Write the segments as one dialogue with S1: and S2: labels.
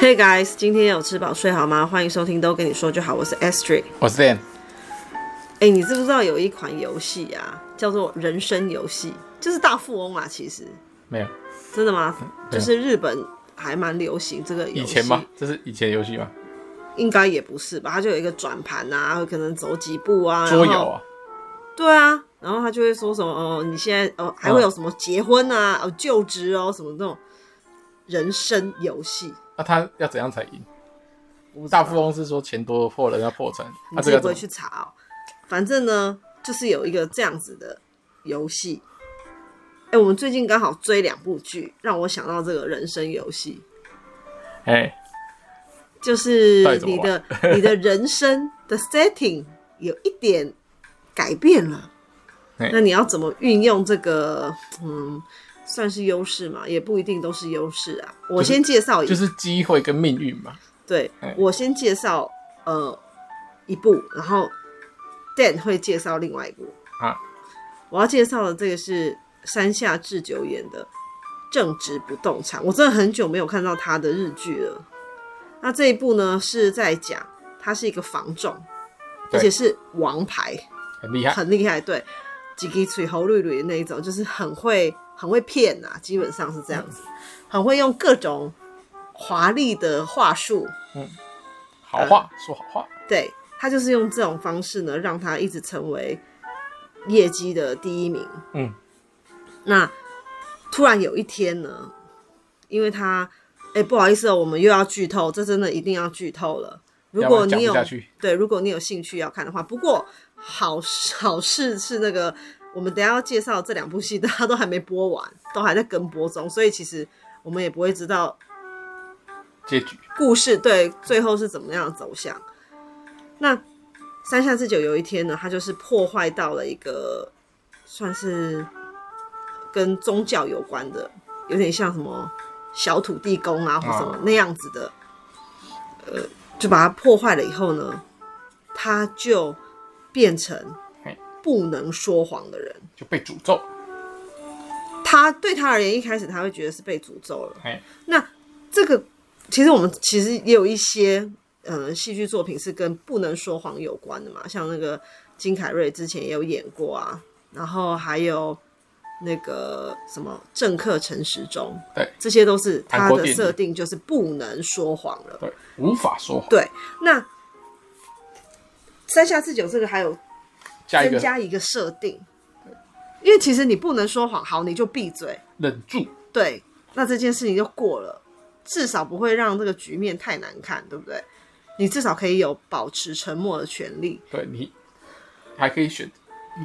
S1: Hey guys，今天有吃饱睡好吗？欢迎收听，都跟你说就好。我是 Astrid。
S2: 我是 Dan，
S1: 哎、你知不知道有一款游戏啊，叫做《人生游戏》，就是大富翁嘛。其实
S2: 没有
S1: 真的吗？
S2: 对
S1: 就
S2: 啊
S1: 是日本还蛮流行这个游戏。
S2: 以前吗？这是以前的游戏吗？
S1: 应该也不是吧？它就有一个转盘啊，可能走几步啊。
S2: 桌
S1: 然
S2: 游
S1: 后
S2: 啊，
S1: 对啊，然后他就会说什么哦，你现在哦还会
S2: 嗯
S1: 有什么结婚啊、哦就职哦什么这种人生游戏。
S2: 那他要怎样才赢？
S1: 我不知道
S2: 大富翁是说钱多破人要破产，
S1: 你
S2: 那
S1: 自
S2: 啊这
S1: 己
S2: 个
S1: 不会
S2: 怎
S1: 嗯去
S2: 么？
S1: 查哦。反正呢，就是有一个这样子的游戏。哎、我们最近刚好追两部剧，让我想到这个人生游戏，
S2: 哎，
S1: 就是
S2: 到底怎么
S1: 你的你的人生的 setting 有一点改变了。
S2: 嘿
S1: 那你要怎么运用这个？嗯，算是优势嘛，也不一定都是优势啊。我
S2: 就是
S1: 先介绍一
S2: 就是机会跟命运嘛。
S1: 对
S2: 哎，
S1: 我先介绍呃一部，然后 Dan 会介绍另外一部
S2: 啊。
S1: 我要介绍的这个是山下智久演的《正直不动产》，我真的很久没有看到他的日剧了。那这一部呢是在讲他是一个房仲，而
S2: 对啊
S1: 且是王牌，
S2: 很厉害，
S1: 很厉害，对，几个嘴猴绿绿的那一种，就是很会很会骗啊，基本上是这样子，
S2: 嗯
S1: 很会用各种华丽的话术
S2: 好话说好话，
S1: 对他就是用这种方式呢，让他一直成为业绩的第一名。
S2: 嗯，
S1: 那突然有一天呢，因为他，哎、不好意思哦，我们又要剧透，这真的一定要剧透了。如
S2: 要不
S1: 果
S2: 然讲
S1: 你
S2: 不
S1: 有
S2: 下去，
S1: 对，如果你有兴趣要看的话，不过好事好事是那个我们等一下要介绍这两部戏， 大家都还没播完，都还在跟播中，所以其实我们也不会知道
S2: 结局
S1: 故事对最后是怎么样的走向。那山下智久有一天呢，他就是破坏到了一个算是跟宗教有关的，有点像什么小土地公啊或什么
S2: 啊
S1: 那样子的，呃，就把它破坏了以后呢，他就变成
S2: 嘿
S1: 不能说谎的人。
S2: 就被诅咒。
S1: 他对他而言，一开始他会觉得是被诅咒了。
S2: 哎，
S1: 那这个其实我们其实也有一些呃戏剧作品是跟不能说谎有关的嘛，像那个金凯瑞之前也有演过啊，然后还有那个什么《政客陈时中》，
S2: 对，
S1: 这些都是他
S2: 韩国
S1: 的
S2: 电影
S1: 设定就是不能说谎了。
S2: 对，无法说谎。
S1: 对，那三下四九这个还有
S2: 下一
S1: 增
S2: 个
S1: 加一个设定，因为其实你不能说谎，好，你就闭嘴。
S2: 忍住，
S1: 对，那这件事情就过了，至少不会让这个局面太难看，对不对？你至少可以有保持沉默的权利。
S2: 对你还可以选，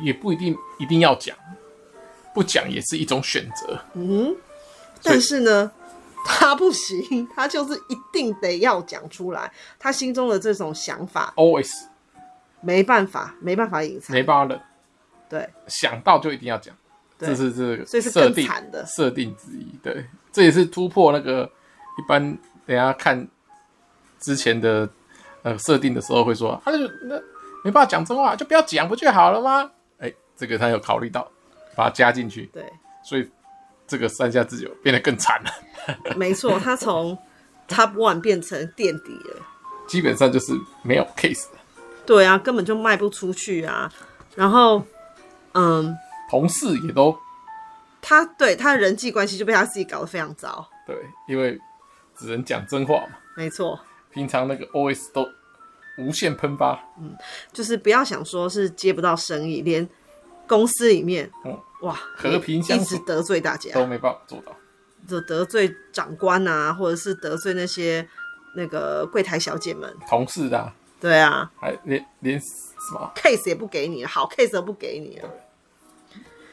S2: 也不一定一定要讲，不讲也是一种选择。
S1: 但是呢， 他不行，他就是一定得要讲出来，他心中的这种想法
S2: Always
S1: 没办法，没办法隐藏。
S2: 没办法忍，
S1: 对，
S2: 想到就一定要讲，
S1: 对
S2: 这是这个
S1: 所以是
S2: 设
S1: 更
S2: 定
S1: 惨的
S2: 设定之一。对，这也是突破那个一般等一下看之前的呃设定的时候会说，他、就那没办法讲真话，就不要讲不就好了吗？哎，这个他有考虑到，把它加进去，
S1: 对，
S2: 所以这个三下自由变得更惨了，
S1: 没错，他从 top one 变成垫底了。
S2: 基本上就是没有 case，了
S1: 对啊，根本就卖不出去啊。然后，嗯，
S2: 同事也都
S1: 他对他的人际关系就被他自己搞得非常糟。
S2: 对，因为只能讲真话嘛，
S1: 没错，
S2: 平常那个 always 都无限喷发。
S1: 就是不要想说是接不到生意，连公司里面，
S2: 嗯
S1: 哇，
S2: 和平相
S1: 一
S2: 处
S1: 直得罪大
S2: 都
S1: 家，
S2: 没办法做到。
S1: 就得罪长官啊，或者是得罪那些那个柜台小姐们，
S2: 同事的、啊，
S1: 对啊
S2: 还连连什么啊
S1: ，case 也不给你了，好 case 都不给你了。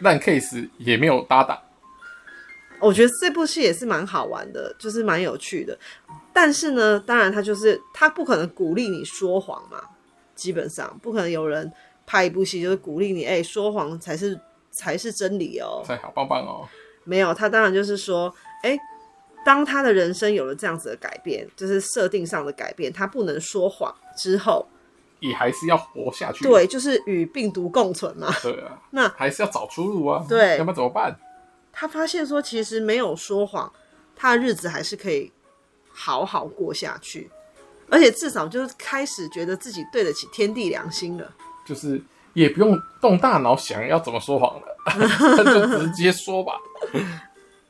S2: 烂 case 也没有搭档，
S1: 我觉得这部戏也是蛮好玩的，就是蛮有趣的。但是呢，当然他就是他不可能鼓励你说谎嘛，基本上不可能有人拍一部戏就是鼓励你，哎、说谎才是才是真理哦。
S2: 才好棒棒哦。
S1: 没有，他当然就是说，哎、当他的人生有了这样子的改变，就是设定上的改变，他不能说谎之后，
S2: 也还是要活下去。
S1: 对，就是与病毒共存嘛。
S2: 对啊，
S1: 那
S2: 还是要找出路啊。
S1: 对
S2: 要不然怎么办？
S1: 他发现说，其实没有说谎，他的日子还是可以好好过下去，而且至少就是开始觉得自己对得起天地良心了。
S2: 就是也不用动大脑想要怎么说谎了， 就直接说吧。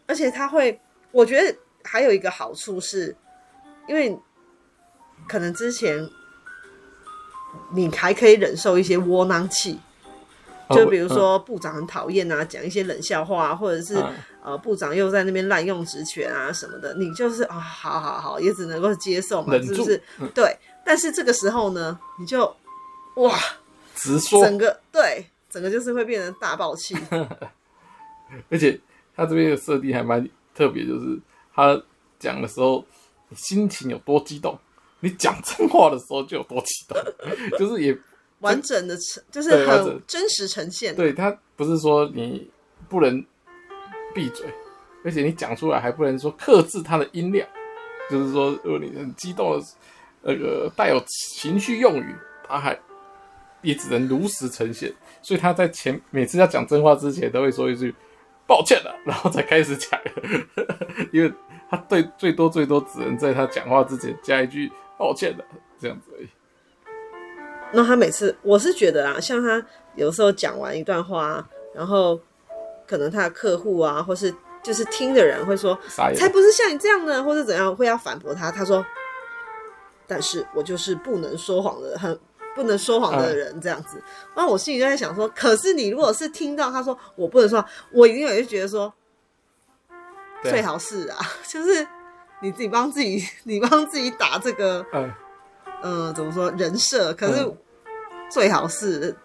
S1: 而且他会，我觉得还有一个好处是，因为可能之前你还可以忍受一些窝囊气，
S2: 呃
S1: 就比如说部长很讨厌啊，讲一些冷笑话、啊，或者是、
S2: 嗯
S1: 呃部长又在那边滥用职权啊什么的，你就是啊、好好好，也只能够接受嘛，
S2: 忍
S1: 是
S2: 住嗯
S1: 不是？对。但是这个时候呢，你就哇，
S2: 嗯直说，
S1: 整个对，整个就是会变成大爆 气，
S2: 而且他这边的设定还蛮特别，就是他讲的时候，你心情有多激动，你讲真话的时候就有多激动， 就是也
S1: 完整的呈就是
S2: 对完
S1: 很
S2: 整
S1: 真实呈现。
S2: 对他不是说你不能闭嘴，而且你讲出来还不能说克制他的音量，就是说如果你很激动的那个带有情绪用语，他还也只能如实呈现。所以他在前每次要讲真话之前都会说一句“抱歉了”，然后才开始讲， 因为他最最多最多只能在他讲话之前加一句“抱歉了”这样子而已。
S1: 那他每次，我是觉得啊，像他有时候讲完一段话，啊然后可能他的客户啊，或是就是听的人会说，
S2: 傻眼
S1: 才不是像你这样的，或者怎样，会要反驳他。他说，但是我就是不能说谎的，很不能说谎的人这样子。那、我心里就在想说，可是你如果是听到他说我不能说谎，我一定也就觉得说，
S2: 对
S1: 最好是啊， 就是你自己帮自己，你帮自己打这个。
S2: 嗯，
S1: 呃，怎么说人设？可是
S2: 嗯
S1: 最好是，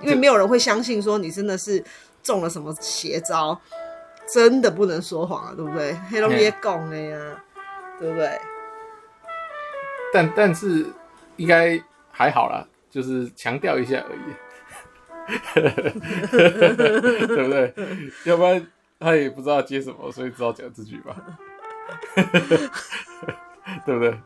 S1: 因为没有人会相信说你真的是中了什么邪招，真的不能说谎啊，对不对？黑龙也拱了呀，对不对？
S2: 但但是应该还好啦，就是强调一下而已， 对不对？要不然他也不知道接什么，所以只好讲这句吧， 对不对？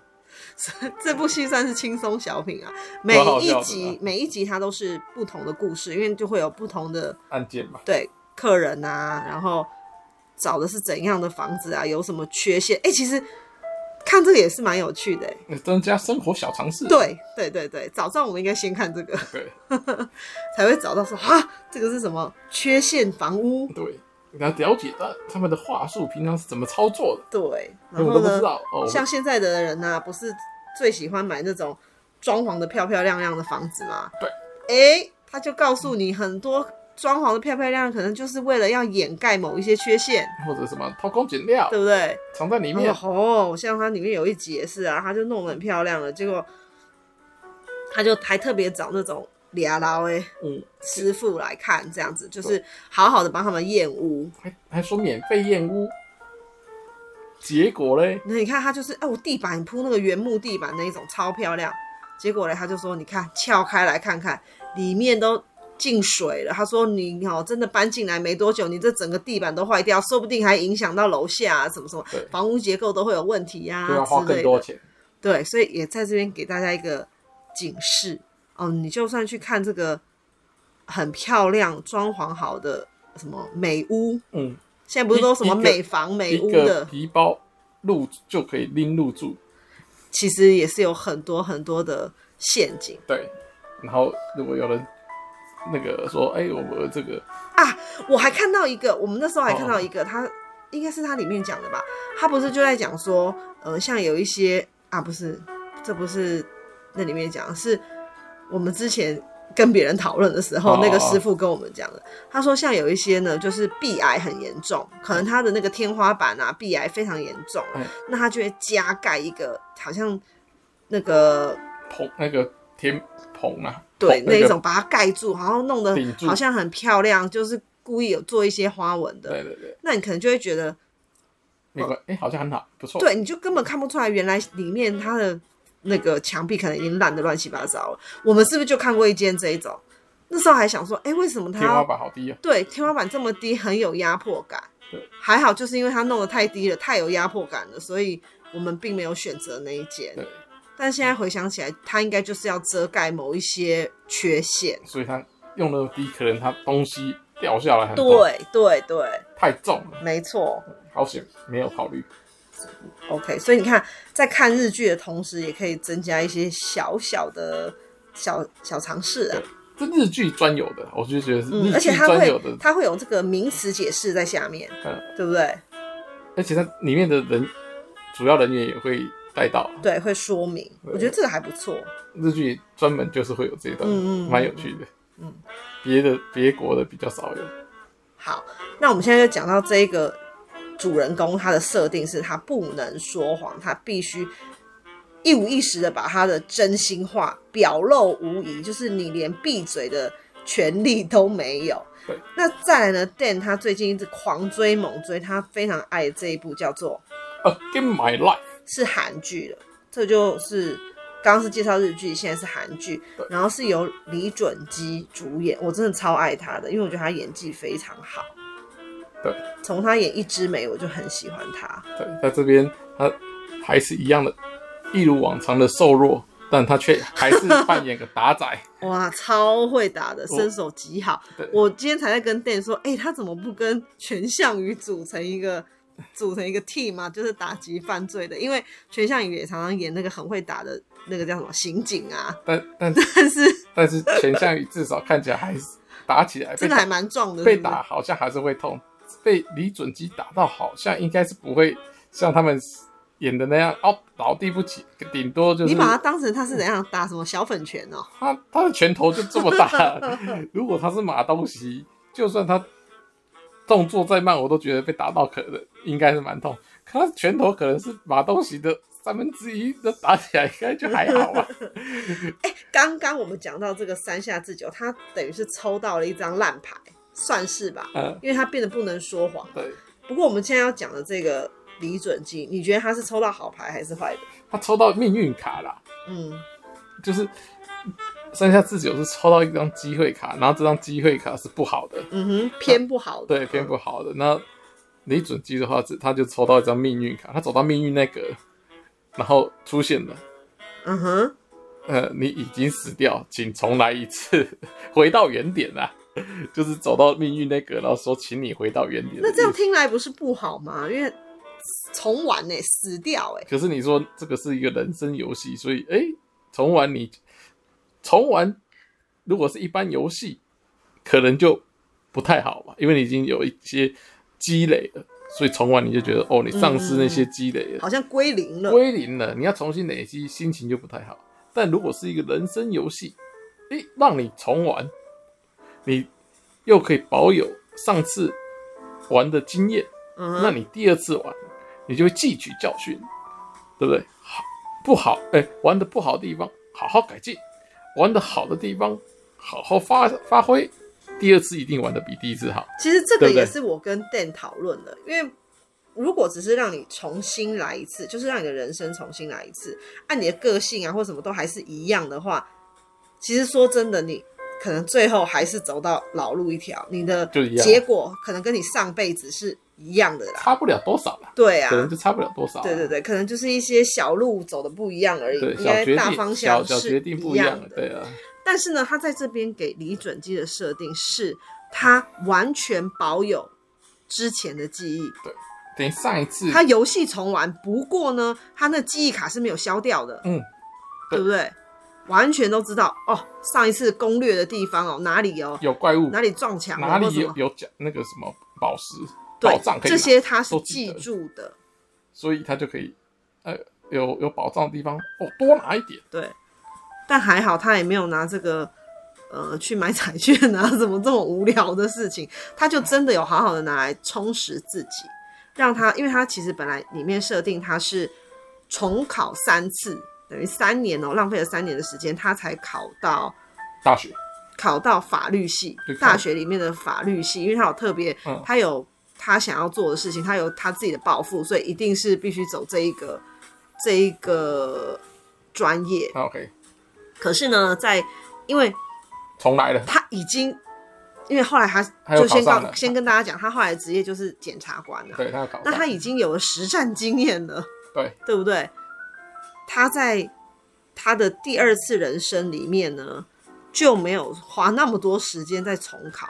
S1: 这部戏算是轻松小品啊，每
S2: 蛮好笑的
S1: 一
S2: 啊
S1: 集每一集它都是不同的故事，因为就会有不同的
S2: 按键嘛，
S1: 对客人啊，然后找的是怎样的房子啊，有什么缺陷？哎、其实看这个也是蛮有趣的、欸。
S2: 增加生活小常识。
S1: 对对对对，早上我们应该先看这个。
S2: 对
S1: 才会找到说啊，这个是什么缺陷房屋？
S2: 对，然后了解他他们的话术平常是怎么操作的，
S1: 对，然
S2: 我都
S1: 后
S2: 不
S1: 呢
S2: 知，道哦。
S1: 像现在的人呢、不是最喜欢买那种装潢的漂漂亮亮的房子吗？
S2: 对，
S1: 哎、他就告诉你很多装潢的漂漂亮亮，可能就是为了要掩盖某一些缺陷，
S2: 或者什么偷工减料
S1: 对不对？
S2: 藏在里面
S1: 然，后哦，像它里面有一集也是啊，他就弄得很漂亮了，结果他就还特别找那种俩老诶
S2: 嗯，
S1: 师傅来看，这样子就是好好的帮他们验屋。
S2: 还还说免费验屋，结果嘞，
S1: 那你看他就是，哦，我地板铺那个原木地板那一种超漂亮。结果呢，他就说，你看撬开来看看，里面都进水了。他说你哦，真的搬进来没多久，你这整个地板都坏掉，说不定还影响到楼下、啊、什么什么
S2: 对，
S1: 房屋结构都会有问题呀、
S2: 就要花
S1: 啊之
S2: 更
S1: 类
S2: 多
S1: 的。
S2: 钱。
S1: 对，所以也在这边给大家一个警示哦，你就算去看这个很漂亮、装潢好的什么美屋，
S2: 嗯，
S1: 现在不是都什么
S2: 一一个
S1: 美房美
S2: 一
S1: 屋
S2: 个
S1: 的，
S2: 皮包入就可以拎入住，
S1: 其实也是有很多很多的陷阱
S2: 对。然后如果有人那个说，哎、我们这个
S1: 啊！我还看到一个，我们那时候还看到一
S2: 哦
S1: 个，他应该是他里面讲的吧？他不是就在讲说，呃，像有一些啊，不是，这不是那里面讲，是我们之前跟别人讨论的时候
S2: 哦，
S1: 那个师傅跟我们讲的。他说，像有一些呢，就是壁癌很严重，可能他的那个天花板啊，壁癌非常严重啊
S2: 嗯，
S1: 那他就会加盖一个好像那个
S2: 棚那个天棚啊，
S1: 对，
S2: 棚
S1: 那一
S2: 个
S1: 种把它盖住，然后弄得
S2: 顶住
S1: 好像很漂亮，就是故意有做一些花纹的。
S2: 对对对，
S1: 那你可能就会觉得，
S2: 没关，哎、好像很好，不错，
S1: 哦对，你就根本看不出来，原来里面它的那个墙壁可能已经烂得乱七八糟了。我们是不是就看过一间这一种？那时候还想说，哎，为什么它
S2: 天花板好低啊，
S1: 对天花板这么低，很有压迫感
S2: 对？
S1: 还好，就是因为它弄得太低了，太有压迫感了，所以我们并没有选择那一间。
S2: 对，
S1: 但现在回想起来，它应该就是要遮盖某一些缺陷。
S2: 所以他用那么低，可能他东西掉下来很多，
S1: 对对对，
S2: 太重了，
S1: 没错。
S2: 好险没有考虑，
S1: OK，所以你看，在看日剧的同时，也可以增加一些小小的小小尝试啊。
S2: 这日剧专有的，我就觉得是
S1: 嗯，
S2: 日
S1: 而
S2: 剧
S1: 且它
S2: 专有
S1: 会
S2: 的，
S1: 它会有这个名词解释在下面，
S2: 嗯，
S1: 对不对？
S2: 而且它里面的人主要人员也会带到，啊
S1: 对，会说明。我觉得这个还不错。
S2: 日剧专门就是会有这一段，
S1: 嗯嗯嗯
S2: 蛮有趣的，
S1: 嗯，
S2: 别的别国的比较少有，
S1: 好，那我们现在就讲到这一个主人公，他的设定是他不能说谎，他必须一五一十的把他的真心话表露无遗，就是你连闭嘴的权利都没有
S2: 对。
S1: 那再来呢？Dan 他最近一直狂追猛追，他非常爱的这一部叫做
S2: 啊，Give My Life，
S1: 是韩剧的，这就是刚刚是介绍日剧，现在是韩剧
S2: 对，
S1: 然后是由李准基主演，我真的超爱他的，因为我觉得他演技非常好。
S2: 对，
S1: 从他演《一枝梅》，我就很喜欢他。
S2: 对，在这边他还是一样的，一如往常的瘦弱，但他却还是扮演个打仔，
S1: 哇，超会打的，
S2: 我
S1: 身手极好
S2: 对。
S1: 我今天才在跟 Dan 说，哎、他怎么不跟全项羽组成一个组成一个 team 啊？就是打击犯罪的，因为全项羽也常常演那个很会打的那个叫什么刑警啊，
S2: 但但
S1: 但是
S2: 但是钱项羽至少看起来还是打起来被
S1: 真的还蛮壮的
S2: 被
S1: 是不是
S2: 打好像还是会痛，被李准基打到好像应该是不会像他们演的那样哦倒地不起，顶多就是
S1: 你把它当成他是怎样打什么小粉拳哦、
S2: 他他的拳头就这么大，如果他是马东锡，就算他动作再慢，我都觉得被打到可能应该是蛮痛。可他拳头可能是马东锡的三分之一，那打起来应该就还好啊。
S1: 刚刚我们讲到这个山下智久，他等于是抽到了一张烂牌，算是吧，
S2: 嗯，
S1: 因为他变得不能说谎。
S2: 对，
S1: 不过我们现在要讲的这个李准基，你觉得他是抽到好牌还是坏的？
S2: 他抽到命运卡啦，
S1: 嗯，
S2: 就是山下智久是抽到一张机会卡，然后这张机会卡是不好的，
S1: 嗯哼，偏不好的，
S2: 啊对，偏不好的。那李准基的话，只他就抽到一张命运卡，他走到命运那格，然后出现了。
S1: 嗯哼，
S2: 呃，你已经死掉，请重来一次， 回到原点啊， 就是走到命运那个，然后说，请你回到原点。
S1: 那这样，听来不是不好吗？因为重玩呢、死掉哎、
S2: 可是你说这个是一个人生游戏，所以哎，诶重玩你重玩，如果是一般游戏，可能就不太好吧，因为你已经有一些积累了，所以重玩你就觉得哦，你丧失那些
S1: 嗯
S2: 积累了，
S1: 好像归零了。
S2: 归零了，你要重新累积，心情就不太好。但如果是一个人生游戏，诶，让你重玩，你又可以保有上次玩的经验，
S1: 嗯
S2: 那
S1: 哼，
S2: 你第二次玩，你就会汲取教训，对不对？好，不好，诶，玩的不好的地方好好改进，玩的好的地方好好发发挥，第二次一定玩的比第一次好。
S1: 其实这个
S2: 对不对
S1: 也是我跟 Dan 讨论的，因为如果只是让你重新来一次，就是让你的人生重新来一次，按、你的个性啊或什么都还是一样的话，其实说真的，你可能最后还是走到老路一条，你的
S2: 就一样
S1: 结果可能跟你上辈子是一样的啦。
S2: 差不了多少了，
S1: 对啊
S2: 可，能就差不了多少啦。
S1: 对对对，可能就是一些小路走的不一样而已，
S2: 对，
S1: 应
S2: 小
S1: 该
S2: 决
S1: 大
S2: 定
S1: 方
S2: 小
S1: 向
S2: 小
S1: 是
S2: 决定不
S1: 一
S2: 样
S1: 样
S2: 了，
S1: 的。
S2: 对啊。
S1: 但是呢，他在这边给李准基的设定是，他完全保有之前的记忆，
S2: 等于上一次，
S1: 他游戏重玩，不过呢，他那记忆卡是没有消掉的，
S2: 嗯，对
S1: 对不对？完全都知道哦，上一次攻略的地方哦，哪里哦，
S2: 有怪物，
S1: 哪里撞墙了，哦
S2: 哪
S1: 或
S2: 里
S1: 什
S2: 有
S1: 么，
S2: 有奖那个什么宝石宝藏
S1: 对，这
S2: 可以拿，
S1: 些他是
S2: 都记
S1: 记
S2: 得
S1: 住的，
S2: 所以他就可以，呃，有有宝藏的地方哦，多拿一点，
S1: 对。但还好他也没有拿这个，呃，去买彩券啊， 什么这么无聊的事情，他就真的有好好的拿来充实自己，让他，因为他其实本来里面设定他是重考三次，等于三年哦，浪费了三年的时间，他才考到
S2: 大学
S1: 考到法律系
S2: 对，考
S1: 大学里面的法律系，因为他有特别，
S2: 嗯
S1: 他有他想要做的事情，他有他自己的抱负，所以一定是必须走这一个这一个专业。
S2: 啊，OK，
S1: 可是呢，在因为
S2: 重来了，
S1: 他已经，因为后来他
S2: 他又
S1: 就先
S2: 考上了
S1: 告先跟大家讲，他后来职业就是检察官了、
S2: 对他要考
S1: 那
S2: 上，
S1: 他已经有了实战经验了，
S2: 对
S1: 对不对？他在他的第二次人生里面呢，就没有花那么多时间在重考。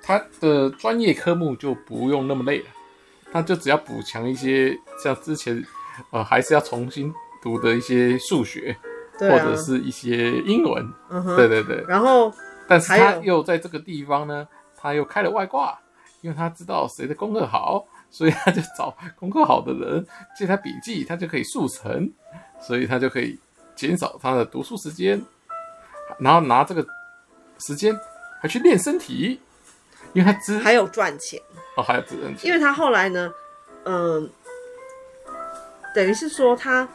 S2: 他的专业科目就不用那么累了，他就只要补强一些像之前呃还是要重新读的一些数学、
S1: 对
S2: 或
S1: 啊，
S2: 者是一些英文，
S1: 嗯
S2: 对
S1: 哼，
S2: 对对。
S1: 然后
S2: 但是他
S1: 还有
S2: 又在这个地方呢，他又开了外挂，因为他知道谁的功课好，所以他就找功课好的人借他笔记，他就可以速成，所以他就可以减少他的读书时间，然后拿这个时间还去练身体，因为他知
S1: 还有赚钱，
S2: 哦还有只能
S1: 因为他后来呢，嗯，等于是说他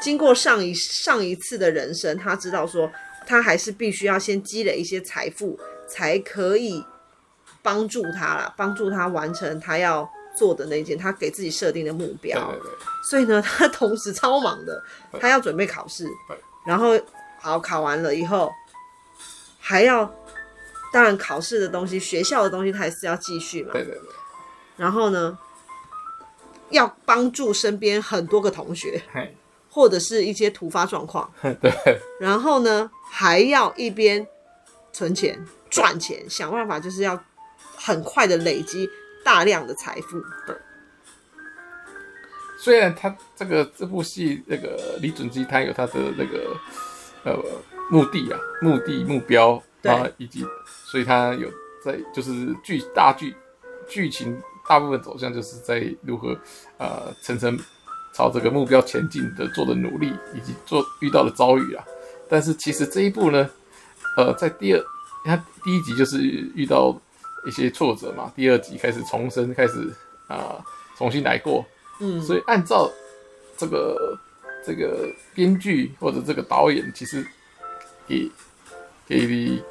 S1: 经过上一上一次的人生，他知道说他还是必须要先积累一些财富，才可以帮助他啦，帮助他完成他要做的那件他给自己设定的目
S2: 对
S1: 标。
S2: 对对，
S1: 所以呢，他同时超忙的，
S2: 对
S1: 他要准备考试
S2: 对，
S1: 然后好考完了以后，还要当然考试的东西、学校的东西，他还是要继续嘛。
S2: 对对对，
S1: 然后呢，要帮助身边很多个同学，
S2: 嘿，
S1: 或者是一些突发状况，
S2: 对
S1: 然后呢，还要一边存钱、赚钱，想办法就是要很快的累积大量的财富。
S2: 虽然他这个这部戏那个李准基他有他的那个呃目的啊，目的目标，
S1: 对
S2: 然后以及所以他有在就是剧大剧剧情大部分走向就是在如何呃层层朝这个目标前进的做的努力以及做遇到的遭遇啊，但是其实这一部呢，呃，在第二他第一集就是遇到一些挫折嘛，第二集开始重生，开始啊、重新来过，
S1: 嗯，
S2: 所以按照这个这个编剧或者这个导演，其实给给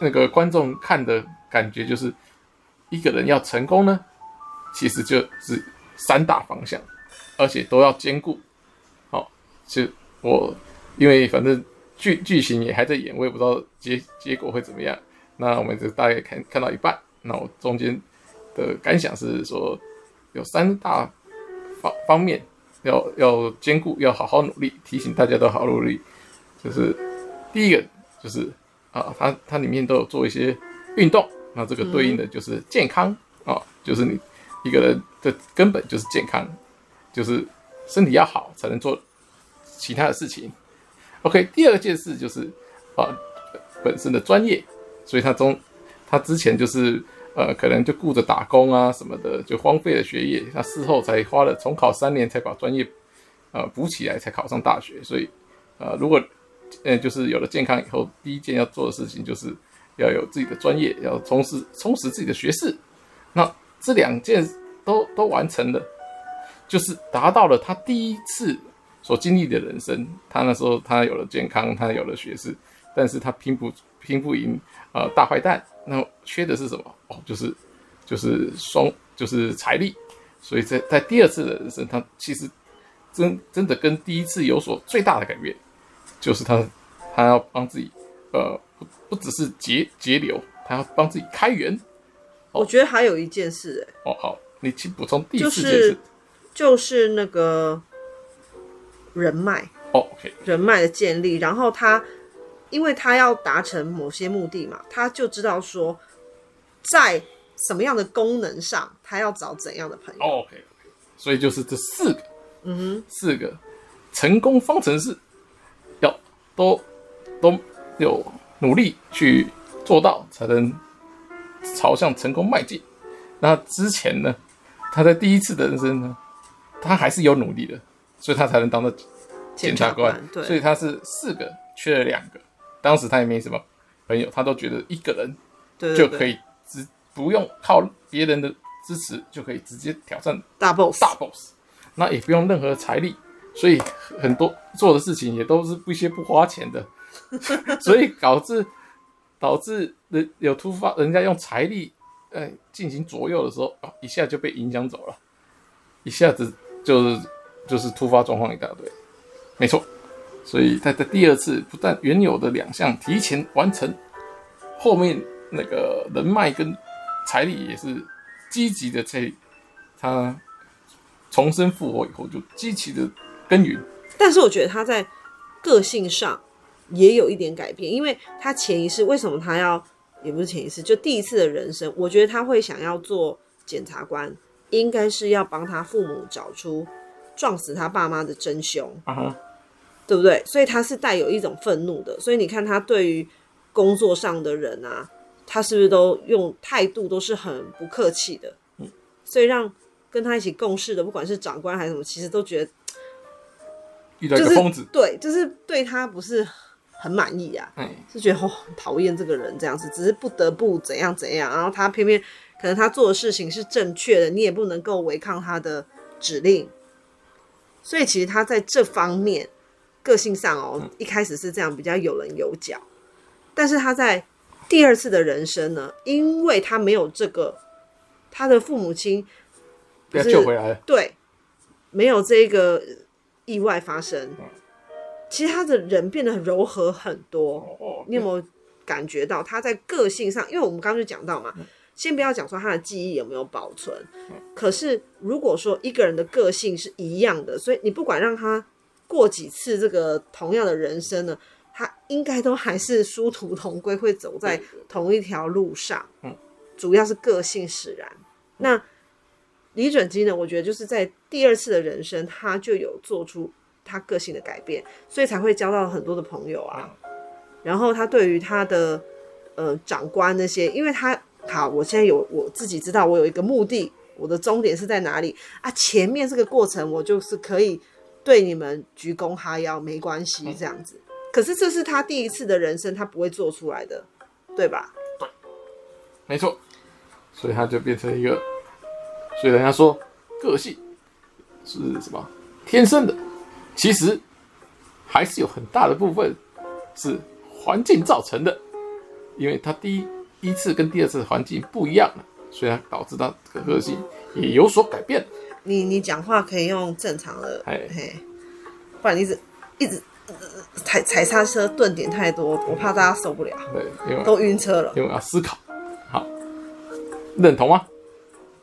S2: 那个观众看的感觉就是，一个人要成功呢，其实就是三大方向，而且都要兼顾。好、就我因为反正剧剧情也还在演，我也不知道结结果会怎么样。那我们就大概看看到一半，那我中间的感想是说，有三大方方面要要兼顾，要好好努力，提醒大家都好好努力。就是第一个就是啊，它它里面都有做一些运动，那这个对应的就是健康、啊，就是你一个人的根本就是健康，就是身体要好才能做其他的事情。OK，第二件事就是啊本身的专业，所以他中他之前就是呃，可能就顾着打工啊什么的，就荒废了学业。他事后才花了重考三年，才把专业呃补起来，才考上大学。所以呃，如果呃就是有了健康以后，第一件要做的事情就是要有自己的专业，要充实充实自己的学识。那这两件都都完成了，就是达到了他第一次所经历的人生。他那时候他有了健康，他有了学识，但是他拼不拼不赢呃大坏蛋。那缺的是什么？哦，就是就是双就是财力。所以在在第二次的人生，他其实真真的跟第一次有所最大的改变，就是他他要帮自己呃不不只是节节流，他要帮自己开源。
S1: 我觉得还有一件事、欸，
S2: 哦，好，你请补充第
S1: 就
S2: 四件事。
S1: 是就是那个人脉，
S2: 哦，OK，
S1: 人脉的建立，然后他因为他要达成某些目的嘛，他就知道说在什么样的功能上，他要找怎样的朋友。
S2: 哦，OK，OK，、所以就是这四个
S1: 嗯
S2: 四个成功方程式，要都都有努力去做到，才能朝向成功迈进。那之前呢，他在第一次的人生呢，他还是有努力的，所以他才能当到
S1: 哼，
S2: 检察官，
S1: 对，
S2: 所以他是四个缺了两个，当时他也没什么朋友，他都觉得一个人
S1: 对
S2: 就
S1: 对对
S2: 可以直不用靠别人的支持就可以直接挑战
S1: 大 boss，
S2: 大 boss，那也不用任何财力，所以很多做的事情也都是不一些不花钱的， 所以导致导致人有突发人家用财力呃进行左右的时候，哦一下就被影响走了，一下子就是就是突发状况一大堆，没错，所以他的第二次不但原有的两项提前完成，后面那个人脉跟财力也是积极的在他重生复活以后，就积极的耕耘。
S1: 但是我觉得他在个性上也有一点改变，因为他潜意识为什么他要也不是潜意识，就第一次的人生，我觉得他会想要做检察官，应该是要帮他父母找出撞死他爸妈的真凶，
S2: 啊哈，
S1: 对不对？所以他是带有一种愤怒的，所以你看他对于工作上的人啊，他是不是都用态度都是很不客气的？所以让跟他一起共事的，不管是长官还是什么，其实都觉得
S2: 遇到一
S1: 就
S2: 个
S1: 是
S2: 疯子，
S1: 对，就是对他不是很满意啊，
S2: 哎，
S1: 是觉得哦很讨厌这个人这样子，只是不得不怎样怎样，然后他偏偏可能他做的事情是正确的，你也不能够违抗他的指令，所以其实他在这方面个性上哦，一开始是这样比较有棱有角，但是他在第二次的人生呢，因为他没有这个，他的父母亲
S2: 被他
S1: 是
S2: 救回来了，
S1: 对，没有这个意外发生
S2: 嗯，
S1: 其实他的人变得很柔和很多。
S2: 哦，
S1: 你有没有感觉到他在个性上？因为我们刚刚就讲到嘛，先不要讲说他的记忆有没有保存，可是如果说一个人的个性是一样的，所以你不管让他过几次这个同样的人生呢，他应该都还是殊途同归，会走在同一条路上。
S2: 嗯，
S1: 主要是个性使然。那李准基呢，我觉得就是在第二次的人生，他就有做出他个性的改变，所以才会交到很多的朋友啊。然后他对于他的呃长官那些，因为他好，我现在有我自己知道，我有一个目的，我的终点是在哪里啊？前面这个过程我就是可以对你们鞠躬哈腰，没关系这样子。可是这是他第一次的人生，他不会做出来的，对吧？
S2: 没错，所以他就变成一个，所以人家说个性是什么天生的，其实还是有很大的部分是环境造成的，因为他第一次跟第二次环境不一样了，所以他导致他这个个性也有所改变。
S1: 你你讲话可以用正常的，
S2: 哎
S1: 嘿，不然你一直一直、呃踩踩刹车，顿点太多，我怕大家受不了，
S2: 对，因为
S1: 都晕车了。
S2: 因为要思考，好，认同吗？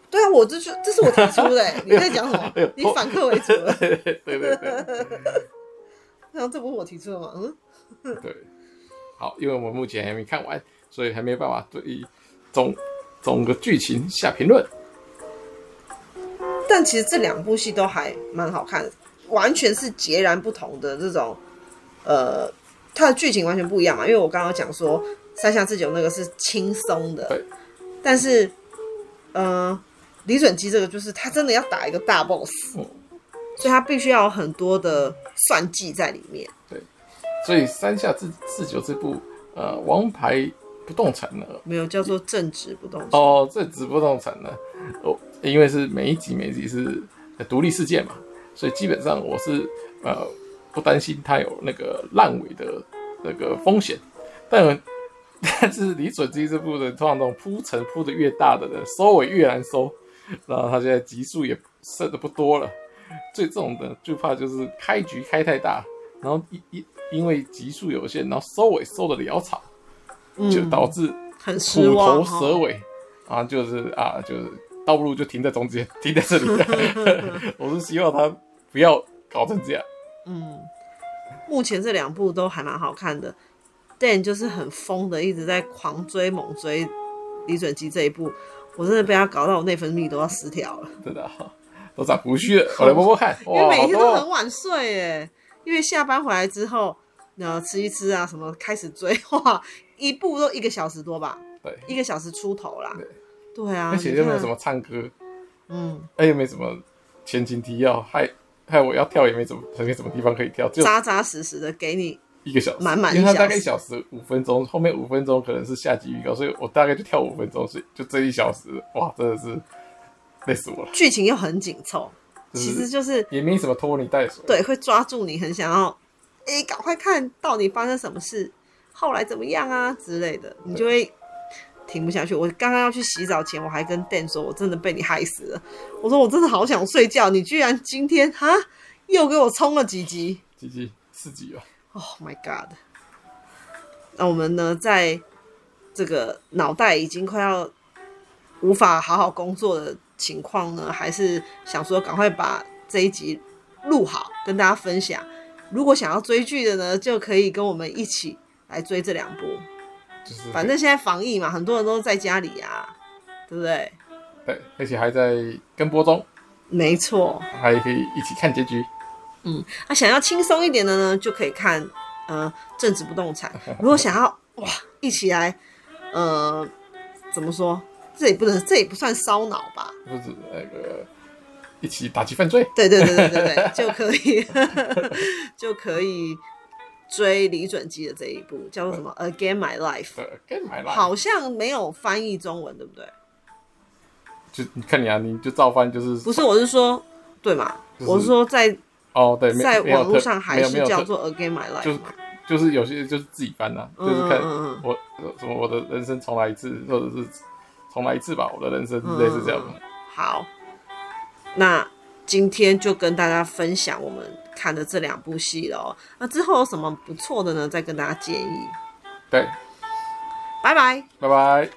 S1: 对啊，我这是这是我提出的、欸，你在讲什么
S2: 哎呦？
S1: 你反客为主了。
S2: 对对对对
S1: 然后这不是我提出的吗？嗯，
S2: 对，好，因为我们目前还没看完，所以还没办法对总总个剧情下评论。
S1: 但其实这两部戏都还蛮好看的，完全是截然不同的这种，呃，它的剧情完全不一样嘛。因为我刚刚讲说三下智久那个是轻松的
S2: 对，
S1: 但是，呃，李准基这个就是他真的要打一个大 boss，
S2: 嗯
S1: 所以他必须要有很多的算计在里面。
S2: 所以山下智智久这部呃王牌不动产呢，
S1: 没有叫做正直不动产，
S2: 哦，这只不动产呢，哦，因为是每一集每一集是呃独立事件嘛，所以基本上我是呃不担心它有那个烂尾的那个风险，但 但是李准基这部的通常这种铺陈铺的越大的呢，收尾越难收，然后他现在集数也剩的不多了，最重的就怕就是开局开太大，然后一一因为集数有限，然后收尾收的潦草，就
S1: 嗯，
S2: 导致
S1: 很失
S2: 虎
S1: 望
S2: 头
S1: 哈
S2: 蛇尾啊，就是啊，就是倒不如就停在中间，停在这 里。我是希望他不要搞成这样。
S1: 嗯，目前这两部都还蛮好看的。Dan 就是很疯的，一直在狂追猛追李准基这一部，我真的被他搞到我内分泌都要失调了，
S2: 真的、啊，都长胡须了，我来摸摸看。
S1: 因为
S2: 哇，
S1: 每
S2: 好
S1: 天都很
S2: 多
S1: 晚睡耶。因为下班回来之后，呃，吃一吃啊，什么开始追哇，一部都一个小时多吧，
S2: 对，
S1: 一个小时出头啦
S2: 对。
S1: 对啊，
S2: 而且
S1: 你
S2: 又没有
S1: 看
S2: 什么唱歌，
S1: 嗯，
S2: 哎，又没什么前情提要，害害我要跳也没怎么，没什么地方可以跳，只有
S1: 扎扎实实的给你
S2: 一个小时，
S1: 满满一
S2: 因为它
S1: 小
S2: 大概
S1: 时
S2: 一小时五分钟，后面五分钟可能是下集预告，所以我大概就跳五分钟，所以就这一小时，哇，真的是累死我了，
S1: 剧情又很紧凑，
S2: 就是
S1: 其实就是
S2: 也没什么拖泥带水。
S1: 对，会抓住你，很想要，哎、赶快看到底发生什么事，后来怎么样啊之类的，你就会停不下去。我刚刚要去洗澡前，我还跟 Dan 说，我真的被你害死了。我说我真的好想睡觉，你居然今天哈又给我冲了几集
S2: 几集？四集吧。
S1: ，Oh my god！那我们呢，在这个脑袋已经快要无法好好工作的情况呢，还是想说赶快把这一集录好，跟大家分享。如果想要追剧的呢，就可以跟我们一起来追这两部。
S2: 就是
S1: 啊反正现在防疫嘛，很多人都在家里呀、对不对？
S2: 对，而且还在跟播中，
S1: 没错。
S2: 还可以一起看结局。
S1: 那、想要轻松一点的呢，就可以看呃政治不动 产。如果想要哇，一起来呃怎么说？这也不能，这也不算烧脑吧？
S2: 就是那个一起打击犯罪。
S1: 对对对对对对，就可以 就可以追李准基的这一部叫做什么《Again My Life
S2: 对，该买》，啦。，
S1: 好像没有翻译中文，对不对？
S2: 就你看你啊，你就照翻，就是
S1: 不是，我是说对嘛？
S2: 就是
S1: 我是说在
S2: 哦，对，没
S1: 在
S2: 没有
S1: 网络
S2: 特
S1: 上还
S2: 没有没
S1: 是
S2: 有
S1: 叫
S2: 特
S1: 做《Again My Life
S2: 就》是
S1: 嘛？
S2: 就是有些就是自己翻呐、就是看
S1: 嗯嗯嗯
S2: 我什么我的人生重来一次，或者是重来一次吧，我的人生类似这样。
S1: 嗯好，那今天就跟大家分享我们看的这两部戏了哦。那之后有什么不错的呢？再跟大家建议。
S2: 对，
S1: 拜拜。
S2: 拜拜。